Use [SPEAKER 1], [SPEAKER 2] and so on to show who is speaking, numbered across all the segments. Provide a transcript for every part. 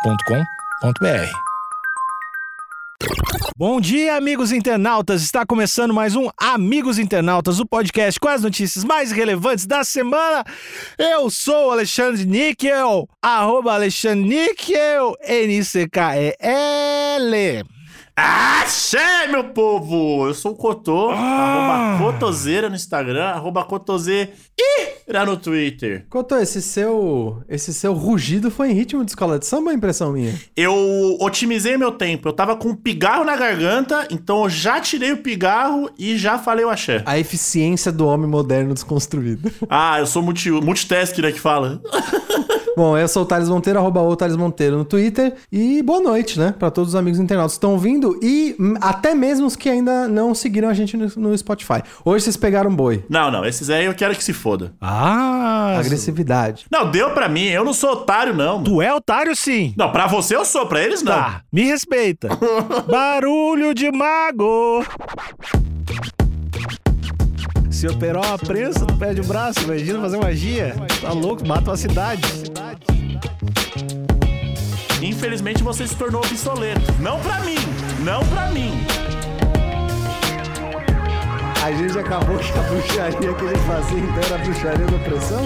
[SPEAKER 1] agenciadepodcast.com.br. Bom dia, amigos internautas! Está começando mais um Amigos Internautas, o podcast com as notícias mais relevantes da semana. Eu sou o Alexandre Níquel, arroba Alexandre Níquel, N-C-K-E-L.
[SPEAKER 2] Axé, meu povo! Eu sou o Cotô,
[SPEAKER 1] Ah!
[SPEAKER 2] arroba Cotoseira no Instagram, arroba Cotoseira no Twitter.
[SPEAKER 3] Cotô, esse seu, esse seu rugido foi em ritmo de escola de samba, é impressão minha?
[SPEAKER 2] Eu otimizei meu tempo, eu tava com um pigarro na garganta, então eu já tirei o pigarro e já falei o axé.
[SPEAKER 3] A eficiência do homem moderno desconstruído.
[SPEAKER 2] Ah, eu sou multi, multitask, né, que fala.
[SPEAKER 3] Bom, eu sou o Thales Monteiro, arroba o Thales Monteiro no Twitter. E boa noite, né? Pra todos os amigos internautas que estão ouvindo e hum, até mesmo os que ainda não seguiram a gente no, no Spotify. Hoje vocês pegaram boi.
[SPEAKER 2] Não, não, esses aí eu quero que se foda.
[SPEAKER 1] Ah,
[SPEAKER 3] Agressividade.
[SPEAKER 2] Não, deu pra mim, eu não sou otário, não. mano.
[SPEAKER 1] tu é otário sim.
[SPEAKER 2] Não, pra você eu sou, pra eles não.
[SPEAKER 1] Tá, me respeita. Barulho de mago. Se eu pegar uma prensa, tu perde o braço. Imagina fazer magia. Tá louco, mata uma cidade.
[SPEAKER 2] Infelizmente você se tornou obsoleto. Não pra mim, não pra mim.
[SPEAKER 3] A gente acabou que a bruxaria que ele fazia, então era a bruxaria da opressão?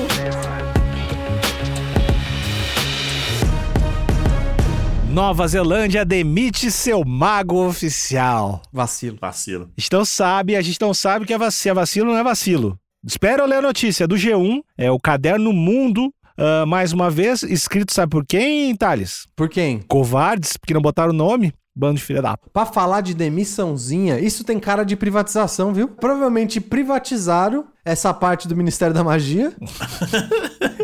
[SPEAKER 1] Nova Zelândia demite seu mago oficial.
[SPEAKER 3] Vacilo.
[SPEAKER 2] Vacilo.
[SPEAKER 1] Então sabe, a gente não sabe que é vac- se é vacilo ou não é vacilo. Espera eu ler a notícia do G1, é o Caderno Mundo, ah, mais uma vez, escrito sabe por quem, Thales?
[SPEAKER 3] Por quem?
[SPEAKER 1] Covardes, porque não botaram o nome? Bando de filha da
[SPEAKER 3] Pra falar de demissãozinha, isso tem cara de privatização, viu? Provavelmente privatizaram essa parte do Ministério da Magia.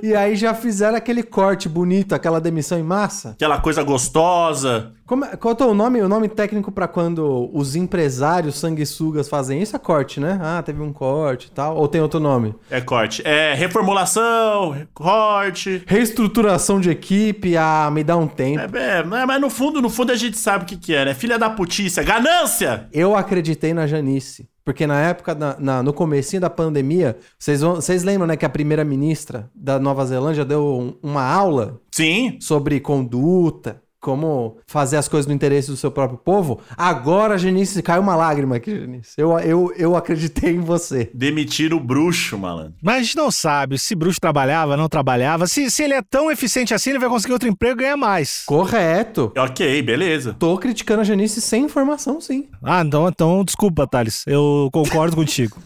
[SPEAKER 3] e aí já fizeram aquele corte bonito, aquela demissão em massa.
[SPEAKER 2] Aquela coisa gostosa.
[SPEAKER 3] Como, é- qual é o nome, o nome técnico pra quando os empresários sanguessugas fazem isso? É corte, né? Ah, teve um corte e tal. Ou tem outro nome?
[SPEAKER 2] É corte. É reformulação, corte.
[SPEAKER 3] Reestruturação de equipe, ah, me dá um tempo.
[SPEAKER 2] É, é, né, mas no fundo, no fundo a gente sabe o que que é, né? Filha da putícia, ganância!
[SPEAKER 3] Eu acreditei na Janice. Porque na época, na- na- no comecinho da pandemia, vocês vão- vocês lembram, né, que a primeira-ministra da Nova Zelândia deu um- uma aula
[SPEAKER 2] Sim.
[SPEAKER 3] sobre conduta, como fazer as coisas no interesse do seu próprio povo? Agora, Janice, caiu uma lágrima aqui, Janice. Eu, eu, eu acreditei em você.
[SPEAKER 2] Demitir o bruxo, malandro.
[SPEAKER 1] Mas a gente não sabe se bruxo trabalhava, não trabalhava. Se, se ele é tão eficiente assim, ele vai conseguir outro emprego e ganhar mais.
[SPEAKER 3] Correto.
[SPEAKER 2] Ok, beleza.
[SPEAKER 3] Tô criticando a Janice sem informação, sim.
[SPEAKER 1] Ah, então, então desculpa, Thales. Eu concordo contigo.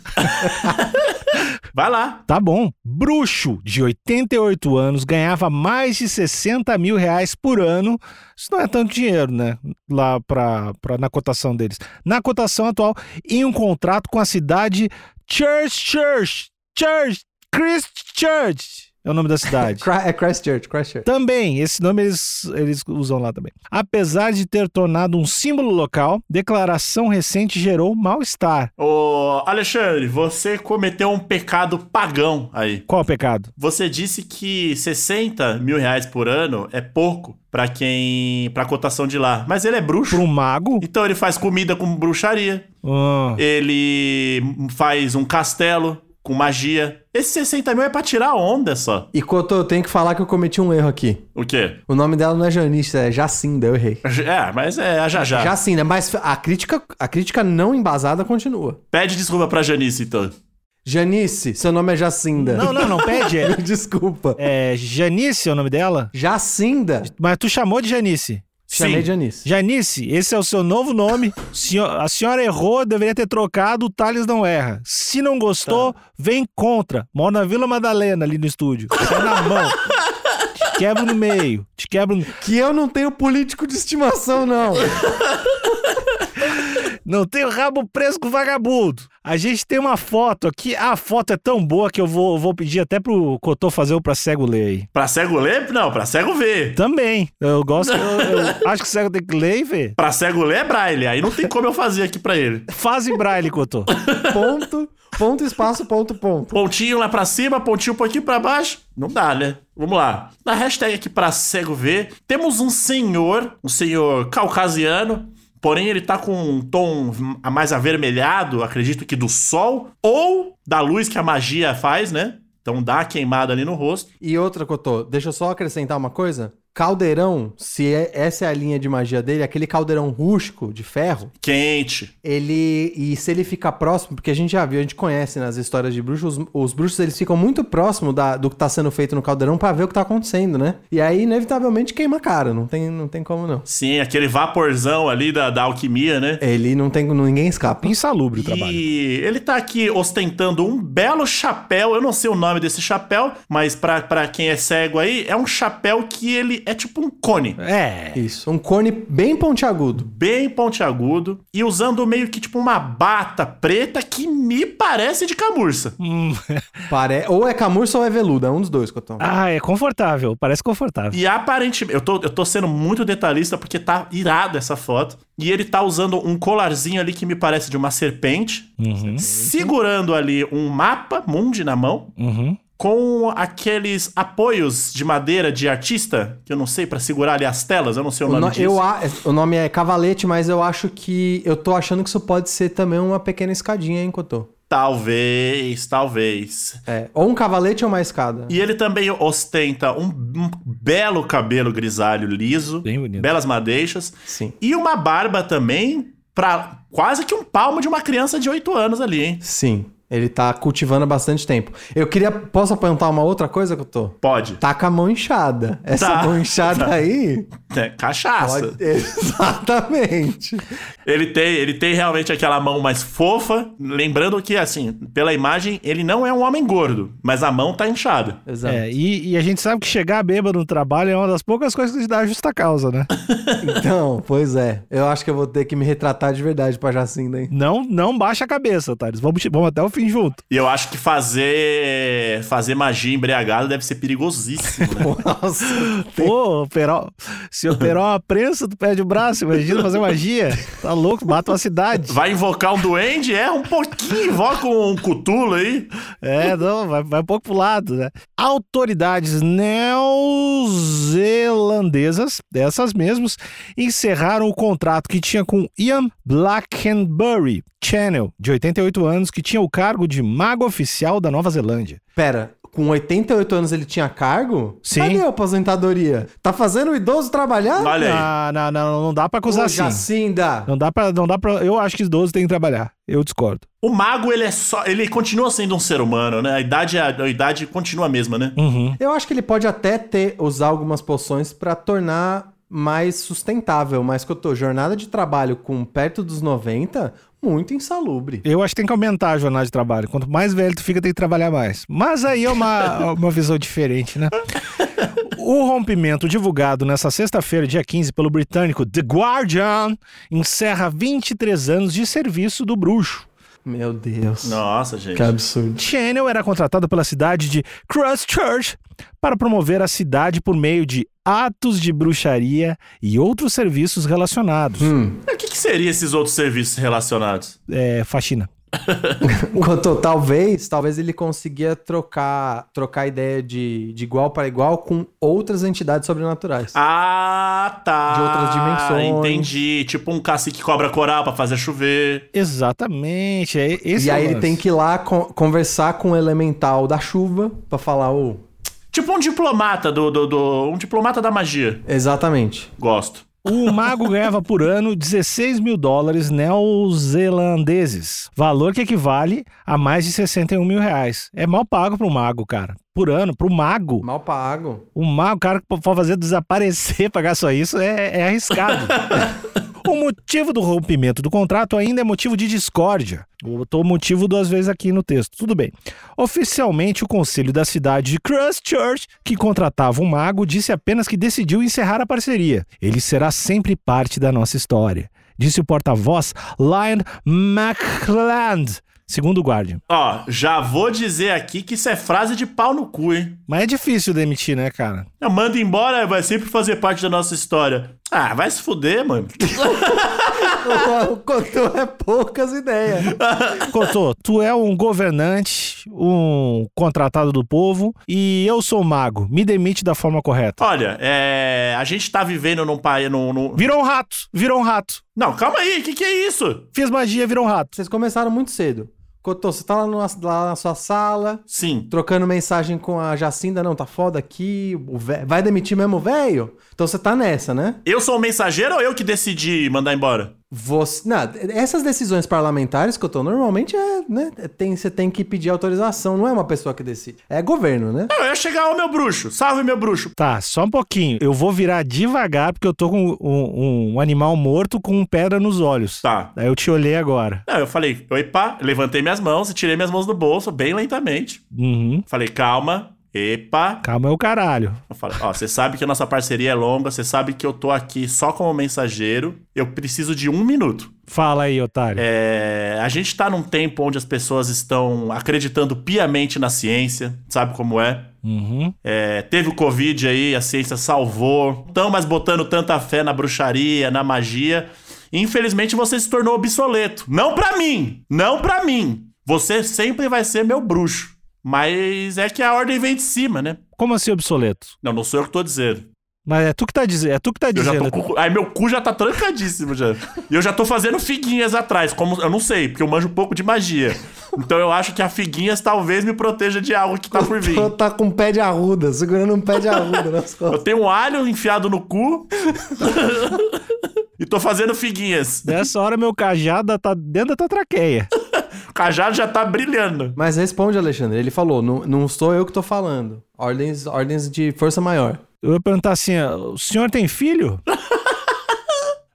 [SPEAKER 2] Vai lá.
[SPEAKER 1] Tá bom. Bruxo de 88 anos ganhava mais de 60 mil reais por ano. Isso não é tanto dinheiro, né? Lá pra, pra, na cotação deles. Na cotação atual, em um contrato com a cidade Churchchurch. Church. Christchurch. É o nome da cidade.
[SPEAKER 3] Cra- é Christchurch, Christchurch.
[SPEAKER 1] Também, esse nome eles, eles usam lá também. Apesar de ter tornado um símbolo local, declaração recente gerou mal-estar.
[SPEAKER 2] Ô, Alexandre, você cometeu um pecado pagão aí.
[SPEAKER 1] Qual o pecado?
[SPEAKER 2] Você disse que 60 mil reais por ano é pouco pra quem. pra cotação de lá. Mas ele é bruxo.
[SPEAKER 1] Para um mago?
[SPEAKER 2] Então ele faz comida com bruxaria.
[SPEAKER 1] Ah,
[SPEAKER 2] Ele faz um castelo com magia. Esse 60 mil é pra tirar onda só.
[SPEAKER 3] E Cotô, eu tenho que falar que eu cometi um erro aqui.
[SPEAKER 2] O quê?
[SPEAKER 3] O nome dela não é Janice, é Jacinda, eu errei.
[SPEAKER 2] É, mas é a Jajá.
[SPEAKER 3] Já sim, né? Mas a crítica, a crítica não embasada continua.
[SPEAKER 2] Pede desculpa pra Janice, então.
[SPEAKER 3] Janice, seu nome é Jacinda.
[SPEAKER 1] Não, não, não pede. É,
[SPEAKER 3] Desculpa.
[SPEAKER 1] é Janice é o nome dela?
[SPEAKER 3] Jacinda.
[SPEAKER 1] Mas tu chamou de Janice.
[SPEAKER 3] Chamei
[SPEAKER 2] Sim.
[SPEAKER 3] Janice.
[SPEAKER 1] Janice, esse é o seu novo nome. Senho- a senhora errou, deveria ter trocado, o Thales não erra. Se não gostou, vem contra. Moro na Vila Madalena, ali no estúdio. Pé na mão. Te quebro no meio. Te quebro no...
[SPEAKER 3] Que eu não tenho político de estimação, não.
[SPEAKER 1] Não tem o rabo preso com vagabundo. A gente tem uma foto aqui. A foto é tão boa que eu vou, vou pedir até pro Cotô fazer o pra cego ler aí.
[SPEAKER 2] Pra cego ler? Não, pra cego ver.
[SPEAKER 1] Também. Eu gosto. Eu, eu acho que o cego tem que ler e ver.
[SPEAKER 2] Pra cego ler é braille. Aí não tem como eu fazer aqui pra ele.
[SPEAKER 1] Faz em braille, Cotô.
[SPEAKER 3] Ponto, ponto, espaço, ponto, ponto.
[SPEAKER 2] Pontinho lá pra cima, pontinho um pouquinho pra baixo. Não dá, né? Vamos lá. Na hashtag aqui pra cego ver, temos um senhor, um senhor caucasiano, porém ele tá com um tom a mais avermelhado, acredito que do sol, ou da luz que a magia faz, né? Então dá a queimada ali no rosto.
[SPEAKER 3] E outra, Cotô, deixa eu só acrescentar uma coisa. Caldeirão, se é- essa é a linha de magia dele, aquele caldeirão rústico de ferro,
[SPEAKER 2] Quente.
[SPEAKER 3] ele. E se ele ficar próximo, porque a gente já viu, a gente conhece nas histórias de bruxos, os, os bruxos eles ficam muito próximo da- do que tá sendo feito no caldeirão pra ver o que tá acontecendo, né? E aí, inevitavelmente, queima a cara, não tem, não tem como não.
[SPEAKER 2] Sim, aquele vaporzão ali da, da alquimia, né?
[SPEAKER 3] Ele não tem. ninguém escapa.
[SPEAKER 1] Insalubre o trabalho.
[SPEAKER 2] E ele tá aqui ostentando um belo chapéu. Eu não sei o nome desse chapéu, mas pra, pra quem é cego aí, é um chapéu que ele é tipo um cone.
[SPEAKER 1] É.
[SPEAKER 3] Isso. Um cone bem pontiagudo.
[SPEAKER 2] Bem pontiagudo. E usando meio que tipo uma bata preta que me parece de camurça.
[SPEAKER 1] Hum.
[SPEAKER 3] Pare... Ou é camurça ou é veludo, é um dos dois, Cotão.
[SPEAKER 1] Ah, é confortável. Parece confortável.
[SPEAKER 2] E aparentemente, eu tô, eu tô sendo muito detalhista porque tá irado essa foto. E ele tá usando um colarzinho ali que me parece de uma serpente,
[SPEAKER 1] Uhum,
[SPEAKER 2] segurando ali um mapa mundi na mão,
[SPEAKER 1] uhum.
[SPEAKER 2] com aqueles apoios de madeira de artista, que eu não sei, pra segurar ali as telas, eu não sei o,
[SPEAKER 3] O,
[SPEAKER 2] nome
[SPEAKER 3] no-
[SPEAKER 2] disso.
[SPEAKER 3] eu a- o nome é cavalete, mas eu acho que. Eu tô achando que isso pode ser também uma pequena escadinha, hein, Cotô?
[SPEAKER 2] Talvez, talvez.
[SPEAKER 3] É. Ou um cavalete ou uma escada.
[SPEAKER 2] E ele também ostenta um, um belo cabelo grisalho liso,
[SPEAKER 1] Bem bonito.
[SPEAKER 2] belas madeixas.
[SPEAKER 3] Sim.
[SPEAKER 2] E uma barba também, pra quase que um palmo de uma criança de 8 anos ali, hein?
[SPEAKER 3] Sim. Ele tá cultivando há bastante tempo. Eu queria. Posso apontar uma outra coisa, Cotô?
[SPEAKER 2] Pode.
[SPEAKER 3] Tá com a mão inchada. Essa
[SPEAKER 2] Tá.
[SPEAKER 3] mão inchada aí.
[SPEAKER 2] É, cachaça.
[SPEAKER 3] pode- Exatamente.
[SPEAKER 2] Ele tem, ele tem realmente aquela mão mais fofa. Lembrando que, assim, pela imagem, ele não é um homem gordo, mas a mão tá inchada.
[SPEAKER 3] Exato.
[SPEAKER 1] É, e, e a gente sabe que chegar bêbado no trabalho é uma das poucas coisas que te dá a justa causa, né?
[SPEAKER 3] Então, pois é. Eu acho que eu vou ter que me retratar de verdade pra Jacinda, hein?
[SPEAKER 1] Não, não baixa a cabeça, tá? Thales. Vamos, vamos até o fim junto.
[SPEAKER 2] E eu acho que fazer fazer magia embriagada deve ser perigosíssimo, né?
[SPEAKER 3] Nossa.
[SPEAKER 1] Pô, operar, se operar uma prensa do pé de braço, imagina fazer magia. Tá louco, mata uma cidade.
[SPEAKER 2] Vai invocar um duende? É, um pouquinho. Invoca um cutulo aí.
[SPEAKER 1] É, não, vai, vai um pouco pro lado, né? Autoridades neozelandesas, dessas mesmas, encerraram o contrato que tinha com Ian Blackenbury Channel, de 88 anos, que tinha o cargo de mago oficial da Nova Zelândia.
[SPEAKER 3] Pera, com 88 anos ele tinha cargo?
[SPEAKER 1] Sim.
[SPEAKER 3] Cadê a aposentadoria? Tá fazendo o idoso trabalhar?
[SPEAKER 2] Olha aí.
[SPEAKER 1] Ah, não, não, não dá pra acusar
[SPEAKER 3] Ô,
[SPEAKER 1] assim.
[SPEAKER 3] Jacinda.
[SPEAKER 1] Não dá pra, não dá pra. Eu acho que os 12 têm que trabalhar. Eu discordo.
[SPEAKER 2] O mago, ele é só. Ele continua sendo um ser humano, né? A idade, é- a idade continua a mesma, né?
[SPEAKER 1] Uhum.
[SPEAKER 3] Eu acho que ele pode até ter usar algumas poções pra tornar mais sustentável, mas que eu tô jornada de trabalho com perto dos 90, muito insalubre.
[SPEAKER 1] Eu acho que tem que aumentar a jornada de trabalho. Quanto mais velho tu fica, tem que trabalhar mais. Mas aí é uma, uma visão diferente, né? O rompimento divulgado nessa sexta-feira, dia 15, pelo britânico The Guardian, encerra 23 anos de serviço do bruxo.
[SPEAKER 3] Meu Deus.
[SPEAKER 2] Nossa, gente.
[SPEAKER 3] Que absurdo.
[SPEAKER 1] Channel era contratada pela cidade de Christchurch para promover a cidade por meio de atos de bruxaria e outros serviços relacionados.
[SPEAKER 3] Hum,
[SPEAKER 2] Mas O que, que seria esses outros serviços relacionados?
[SPEAKER 1] É, faxina.
[SPEAKER 3] enquanto talvez, talvez ele conseguia trocar, trocar ideia de, de igual para igual com outras entidades sobrenaturais.
[SPEAKER 2] Ah, tá.
[SPEAKER 3] De outras dimensões.
[SPEAKER 2] Entendi. Tipo um cacique cobra coral pra fazer chover.
[SPEAKER 1] Exatamente. É, esse
[SPEAKER 3] e
[SPEAKER 1] é o
[SPEAKER 3] aí ele
[SPEAKER 1] lance.
[SPEAKER 3] tem que ir lá con- conversar com o elemental da chuva pra falar o
[SPEAKER 2] Tipo um diplomata do, do, do- Um diplomata da magia.
[SPEAKER 3] exatamente.
[SPEAKER 2] Gosto.
[SPEAKER 1] O mago ganhava por ano 16 mil dólares neozelandeses, valor que equivale a mais de 61 mil reais. É mal pago para um mago, cara. Por ano, para o mago.
[SPEAKER 3] Mal pago.
[SPEAKER 1] O mago, o cara que pode fazer desaparecer, pagar só isso, é, é arriscado. O motivo do rompimento do contrato ainda é motivo de discórdia. Botou motivo duas vezes aqui no texto. Tudo bem. Oficialmente, o conselho da cidade de Christchurch, que contratava um mago, disse apenas que decidiu encerrar a parceria. Ele será sempre parte da nossa história, disse o porta-voz Lion McCland, segundo o Guardian.
[SPEAKER 2] Ó, já vou dizer aqui que isso é frase de pau no cu, hein?
[SPEAKER 1] Mas é difícil demitir, né, cara?
[SPEAKER 2] Não, Manda embora, vai sempre fazer parte da nossa história. Ah, vai se fuder, mano.
[SPEAKER 3] o Cotô é poucas ideias.
[SPEAKER 1] Cotô, tu é um governante, um contratado do povo e eu sou mago. Me demite da forma correta.
[SPEAKER 2] Olha, é, a gente tá vivendo num país. Num, num-
[SPEAKER 1] Virou um rato, virou um rato.
[SPEAKER 2] Não, calma aí, o que, que é isso?
[SPEAKER 1] Fiz magia, virou um rato.
[SPEAKER 3] Vocês começaram muito cedo. Cotô, você tá lá, numa- lá na sua sala,
[SPEAKER 2] Sim.
[SPEAKER 3] trocando mensagem com a Jacinda, não, tá foda aqui, o vé- vai demitir mesmo o velho? Então você tá nessa, né?
[SPEAKER 2] Eu sou o mensageiro ou eu que decidi mandar embora?
[SPEAKER 3] Você, não, essas decisões parlamentares, Cotô, normalmente é, né, tem, você tem que pedir autorização, não é uma pessoa que decide. É governo, né?
[SPEAKER 2] Não, eu ia chegar ao meu bruxo. Salve, meu bruxo.
[SPEAKER 1] Tá, só um pouquinho. Eu vou virar devagar porque eu tô com um, um animal morto com pedra nos olhos.
[SPEAKER 2] Tá.
[SPEAKER 1] Daí eu te olhei agora.
[SPEAKER 2] Não, eu falei, oi pá, levantei minhas mãos e tirei minhas mãos do bolso, bem lentamente.
[SPEAKER 1] Uhum.
[SPEAKER 2] Falei, calma, epa.
[SPEAKER 1] Calma é o caralho.
[SPEAKER 2] Eu falei, ó, você sabe que a nossa parceria é longa, você sabe que eu tô aqui só como mensageiro, eu preciso de um minuto.
[SPEAKER 1] Fala aí, otário.
[SPEAKER 2] É, a gente tá num tempo onde as pessoas estão acreditando piamente na ciência, sabe como é?
[SPEAKER 1] Uhum.
[SPEAKER 2] É, teve o Covid aí, a ciência salvou. Não mais botando tanta fé na bruxaria, na magia. Infelizmente você se tornou obsoleto. Não pra mim! Não pra mim! Você sempre vai ser meu bruxo. Mas é que a ordem vem de cima, né?
[SPEAKER 1] Como assim, obsoleto?
[SPEAKER 2] Não, não sou eu que tô dizendo.
[SPEAKER 1] Mas é tu que tá dizendo. É tu que tá
[SPEAKER 2] Eu já
[SPEAKER 1] dizendo.
[SPEAKER 2] tô com... Aí meu cu já tá trancadíssimo já. E eu já tô fazendo figuinhas atrás, como eu não sei, porque eu manjo um pouco de magia. Então eu acho que a figuinhas talvez me proteja de algo que tá por vir.
[SPEAKER 3] Cotô tá com um pé de arruda, segurando um pé de arruda nas
[SPEAKER 2] Eu
[SPEAKER 3] costas.
[SPEAKER 2] tenho um alho enfiado no cu e tô fazendo figuinhas.
[SPEAKER 1] Nessa hora meu cajado tá dentro da tua traqueia.
[SPEAKER 2] O cajado já tá brilhando.
[SPEAKER 3] Mas responde, Alexandre. Ele falou, não, não sou eu que tô falando. Ordens, ordens de força maior.
[SPEAKER 1] Eu ia perguntar assim: ó, o senhor tem filho?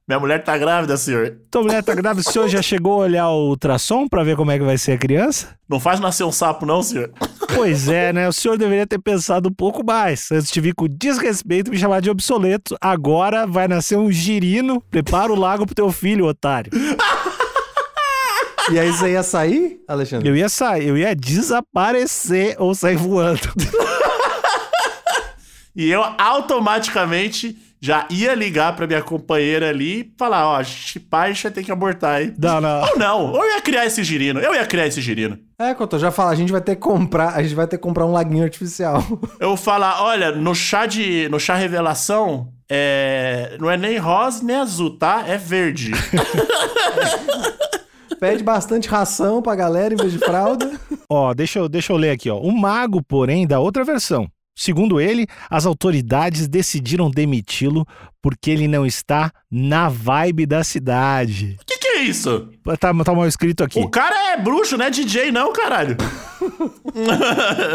[SPEAKER 2] Minha mulher tá grávida, senhor.
[SPEAKER 1] Tua mulher tá grávida, o senhor já chegou a olhar o ultrassom pra ver como é que vai ser a criança?
[SPEAKER 2] Não faz nascer um sapo, não, senhor.
[SPEAKER 1] Pois é, né? O senhor deveria ter pensado um pouco mais. Antes de vir com desrespeito me chamar de obsoleto, agora vai nascer um girino. Prepara o lago pro teu filho, otário.
[SPEAKER 3] E aí você ia sair, Alexandre?
[SPEAKER 1] Eu ia sair, eu ia desaparecer ou sair voando.
[SPEAKER 2] E eu automaticamente já ia ligar pra minha companheira ali e falar: ó, chipaixa tem que abortar aí.
[SPEAKER 1] Não, não.
[SPEAKER 2] Ou não, eu ia criar esse girino. Eu ia criar esse girino.
[SPEAKER 3] É, Cotô, já fala, a gente vai ter que comprar, a gente vai ter que comprar um laguinho artificial.
[SPEAKER 2] Eu vou falar, olha, no chá de. No chá revelação, é, não é nem rosa nem azul, tá? É verde.
[SPEAKER 3] Pede bastante ração pra galera em vez de fralda.
[SPEAKER 1] Ó, deixa eu, deixa eu ler aqui, ó. O mago, porém, da outra versão. Segundo ele, as autoridades decidiram demiti-lo porque ele não está na vibe da cidade.
[SPEAKER 2] O que, que é isso?
[SPEAKER 1] Tá, tá mal escrito aqui.
[SPEAKER 2] O cara é bruxo, não é DJ, não, caralho.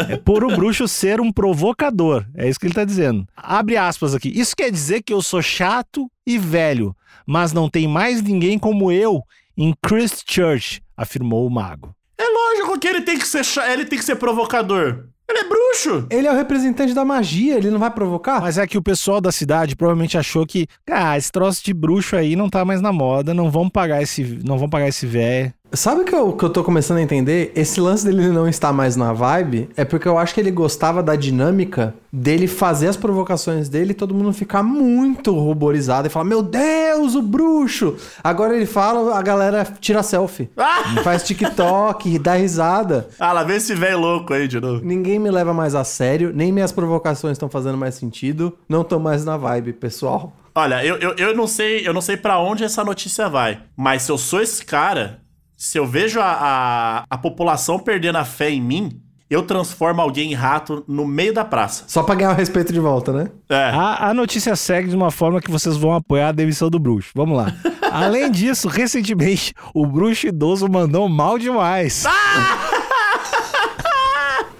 [SPEAKER 1] É por o bruxo ser um provocador. É isso que ele tá dizendo. Abre aspas aqui. Isso quer dizer que eu sou chato e velho, mas não tem mais ninguém como eu em Christchurch, afirmou o mago.
[SPEAKER 2] É lógico que ele tem que ser cha- ele tem que ser provocador. Ele é bruxo.
[SPEAKER 3] Ele é o representante da magia, ele não vai provocar?
[SPEAKER 1] Mas é que o pessoal da cidade provavelmente achou que, ah, esse troço de bruxo aí não tá mais na moda, não vamos pagar esse, não vamos pagar esse véio.
[SPEAKER 3] Sabe o que eu, que eu tô começando a entender? Esse lance dele não estar mais na vibe é porque eu acho que ele gostava da dinâmica dele fazer as provocações dele e todo mundo ficar muito ruborizado e falar: Meu Deus, o bruxo! Agora ele fala, a galera tira selfie,
[SPEAKER 2] Ah,
[SPEAKER 3] faz TikTok, dá risada.
[SPEAKER 2] ah lá vem esse velho louco aí de novo.
[SPEAKER 3] Ninguém me leva mais a sério, nem minhas provocações estão fazendo mais sentido, não tô mais na vibe, pessoal.
[SPEAKER 2] Olha, eu, eu, eu não sei, eu não sei para onde essa notícia vai, mas se eu sou esse cara, se eu vejo a, a, a população perdendo a fé em mim, eu transformo alguém em rato no meio da praça.
[SPEAKER 3] Só pra ganhar o respeito de volta, né?
[SPEAKER 2] É.
[SPEAKER 1] A, a notícia segue de uma forma que vocês vão apoiar a demissão do bruxo. Vamos lá. Além disso, recentemente, o bruxo idoso mandou mal demais.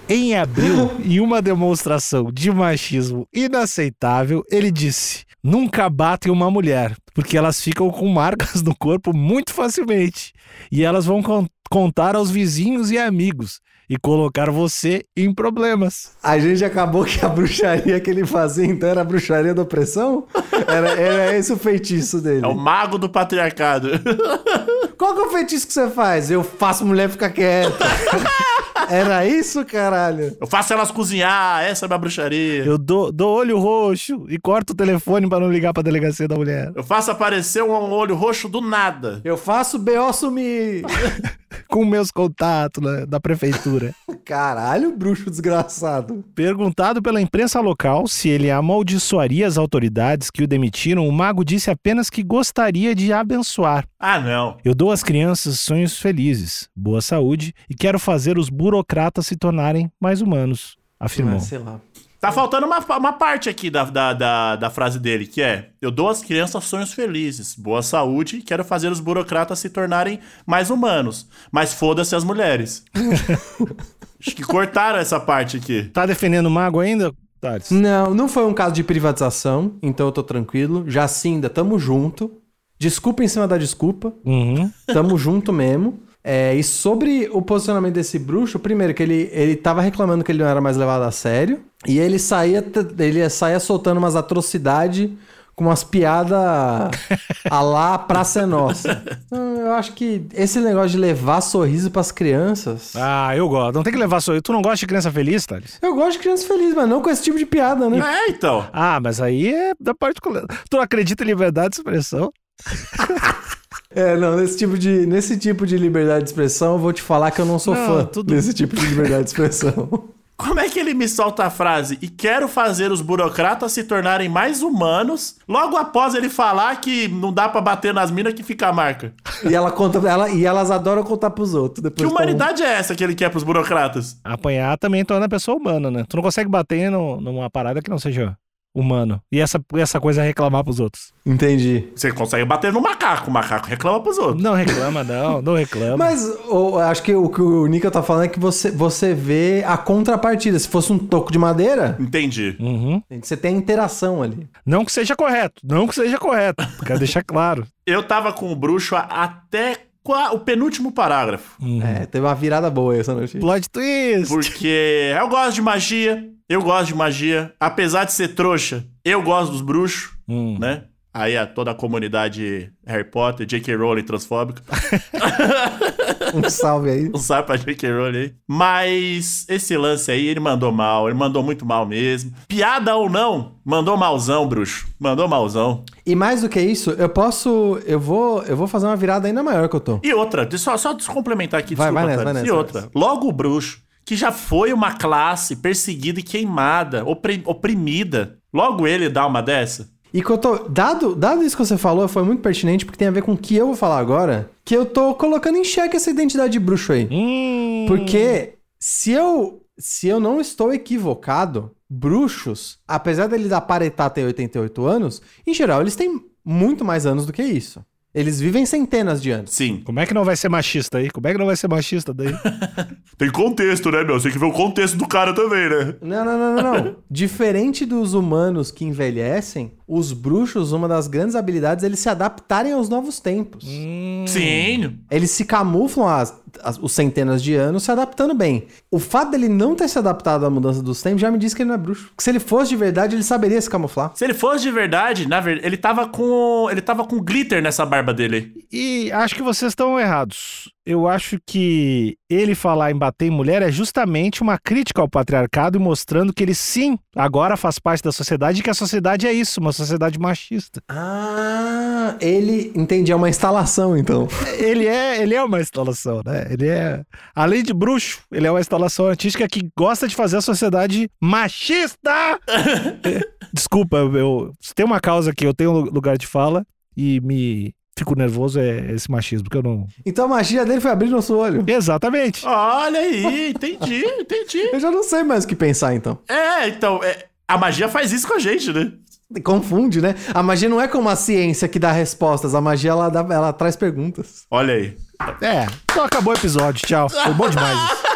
[SPEAKER 1] Em abril, em uma demonstração de machismo inaceitável, ele disse: Nunca batem uma mulher, porque elas ficam com marcas no corpo muito facilmente. E elas vão con- contar aos vizinhos e amigos e colocar você em problemas.
[SPEAKER 3] A gente acabou que a bruxaria que ele fazia então era a bruxaria da opressão? Era, era esse o feitiço dele.
[SPEAKER 2] É o mago do patriarcado.
[SPEAKER 3] Qual que é o feitiço que você faz? Eu faço mulher ficar quieta. era isso, caralho?
[SPEAKER 2] Eu faço elas cozinhar, essa é a minha bruxaria. Eu,
[SPEAKER 1] Eu dou, dou olho roxo e corto o telefone pra não ligar pra delegacia da mulher.
[SPEAKER 2] faço aparecer um olho roxo do nada.
[SPEAKER 3] Eu faço B.O. sumir.
[SPEAKER 1] Com meus contatos né, da prefeitura.
[SPEAKER 3] Caralho, bruxo desgraçado.
[SPEAKER 1] Perguntado pela imprensa local se ele amaldiçoaria as autoridades que o demitiram, o mago disse apenas que gostaria de abençoar.
[SPEAKER 2] Ah, não.
[SPEAKER 1] Eu dou às crianças sonhos felizes, boa saúde e quero fazer os burocratas se tornarem mais humanos, afirmou.
[SPEAKER 3] Ah, sei lá.
[SPEAKER 2] Tá faltando uma, uma parte aqui da, da, da, da frase dele, que é: Eu dou às crianças sonhos felizes, boa saúde e quero fazer os burocratas se tornarem mais humanos. Mas foda-se as mulheres. Acho que cortaram essa parte aqui.
[SPEAKER 1] Tá defendendo o mago ainda, Thales?
[SPEAKER 3] Não, não foi um caso de privatização, então eu tô tranquilo. Jacinda, tamo junto. Desculpa em cima da desculpa.
[SPEAKER 1] Uhum.
[SPEAKER 3] Tamo junto mesmo. É, e sobre o posicionamento desse bruxo, primeiro que ele, ele tava reclamando que ele não era mais levado a sério. E ele saía, t- ele saía soltando umas atrocidades com umas piadas a lá Praça é Nossa. Então, eu acho que esse negócio de levar sorriso pras crianças.
[SPEAKER 1] Ah, eu gosto. Não tem que levar sorriso. Tu não gosta de criança feliz, Thales?
[SPEAKER 3] Eu gosto de criança feliz, mas não com esse tipo de piada, né?
[SPEAKER 2] É, então.
[SPEAKER 1] Ah, mas aí é da particular. Tu não acredita em liberdade de expressão?
[SPEAKER 3] É, não, nesse tipo de, nesse tipo de liberdade de expressão, eu vou te falar que eu não sou
[SPEAKER 1] Não,
[SPEAKER 3] fã
[SPEAKER 1] tudo-
[SPEAKER 3] desse tipo de liberdade de expressão.
[SPEAKER 2] Como é que ele me solta a frase e quero fazer os burocratas se tornarem mais humanos, logo após ele falar que não dá pra bater nas minas que fica a marca?
[SPEAKER 3] e ela conta, ela, e elas adoram contar pros outros.
[SPEAKER 2] Que
[SPEAKER 3] Depois
[SPEAKER 2] humanidade é essa que ele quer pros burocratas?
[SPEAKER 1] Apanhar também torna a pessoa humana, né? Tu não consegue bater no- numa parada que não seja humano. E essa, essa coisa é reclamar pros outros.
[SPEAKER 3] falam- Entendi.
[SPEAKER 2] Você consegue bater no macaco, o macaco reclama pros outros.
[SPEAKER 1] Não reclama, não. Não reclama.
[SPEAKER 3] Mas ô, acho que o que o Nika tá falando é que você, você vê a contrapartida. Se fosse um toco de madeira,
[SPEAKER 2] Entendi.
[SPEAKER 1] Uhum.
[SPEAKER 3] você tem a interação ali.
[SPEAKER 1] Não que seja correto. Não que seja correto. Quero deixar claro.
[SPEAKER 2] Eu tava com o bruxo a- até qua- o penúltimo parágrafo.
[SPEAKER 3] É, teve uma virada boa essa notícia.
[SPEAKER 1] Plot twist.
[SPEAKER 2] Porque eu gosto de magia, eu gosto de magia. Apesar de ser trouxa, eu gosto dos bruxos,
[SPEAKER 1] Hum.
[SPEAKER 2] né? Aí a toda a comunidade Harry Potter, J.K. Rowling transfóbica.
[SPEAKER 3] Um salve aí.
[SPEAKER 2] Não sabe pra J.K. Rowling aí. Mas esse lance aí, ele mandou mal. Ele mandou muito mal mesmo. Piada ou não, mandou malzão, bruxo. Mandou malzão.
[SPEAKER 3] E mais do que isso, eu posso. Eu vou, eu vou fazer uma virada ainda maior que eu tô.
[SPEAKER 2] E outra, de- só, só descomplementar aqui,
[SPEAKER 3] Vai,
[SPEAKER 2] desculpa,
[SPEAKER 3] vai nessa,
[SPEAKER 2] Thales.
[SPEAKER 3] vai
[SPEAKER 2] E
[SPEAKER 3] nessa,
[SPEAKER 2] outra,
[SPEAKER 3] vai
[SPEAKER 2] logo o bruxo, que já foi uma classe perseguida e queimada, opri- oprimida. Logo ele dá uma dessa.
[SPEAKER 3] E que eu tô. Dado, dado isso que você falou, foi muito pertinente, porque tem a ver com o que eu vou falar agora. Que eu tô colocando em xeque essa identidade de bruxo aí.
[SPEAKER 1] Hum.
[SPEAKER 3] Porque se eu, se eu não estou equivocado, bruxos, apesar deles aparentar ter 88 anos, em geral eles têm muito mais anos do que isso. Eles vivem centenas de anos.
[SPEAKER 2] Sim.
[SPEAKER 1] Como é que não vai ser machista aí? Como é que não vai ser machista daí?
[SPEAKER 2] Tem contexto, né, meu? Tem que ver o contexto do cara também, né?
[SPEAKER 3] Não, não, não, não, não. Diferente dos humanos que envelhecem, os bruxos, uma das grandes habilidades é eles se adaptarem aos novos tempos.
[SPEAKER 1] Hum.
[SPEAKER 2] Sim.
[SPEAKER 3] Eles se camuflam as, as- os centenas de anos se adaptando bem. O fato dele não ter se adaptado à mudança dos tempos já me diz que ele não é bruxo. Porque se ele fosse de verdade, ele saberia se camuflar.
[SPEAKER 2] Se ele fosse de verdade, na verdade, ele tava com. Ele tava com glitter nessa barba dele.
[SPEAKER 1] E acho que vocês estão errados. Eu acho que ele falar em bater em mulher é justamente uma crítica ao patriarcado e mostrando que ele sim, agora faz parte da sociedade e que a sociedade é isso, uma sociedade machista.
[SPEAKER 3] Ah, ele entendi, é uma instalação então.
[SPEAKER 1] Ele é, ele é uma instalação, né? Ele é, além de bruxo, ele é uma instalação artística que gosta de fazer a sociedade machista. É, Desculpa, eu se tem uma causa que eu tenho lu- lugar de fala e me fico nervoso é esse machismo que eu não.
[SPEAKER 3] Então a magia dele foi abrir nosso olho.
[SPEAKER 1] Exatamente.
[SPEAKER 2] Olha aí, entendi, entendi.
[SPEAKER 3] Eu já não sei mais o que pensar então.
[SPEAKER 2] É, então, é, a magia faz isso com a gente, né?
[SPEAKER 3] Confunde, né? A magia não é como a ciência que dá respostas, a magia ela, dá- ela traz perguntas.
[SPEAKER 2] Olha aí.
[SPEAKER 1] É, então acabou o episódio. Tchau. Foi bom demais. isso.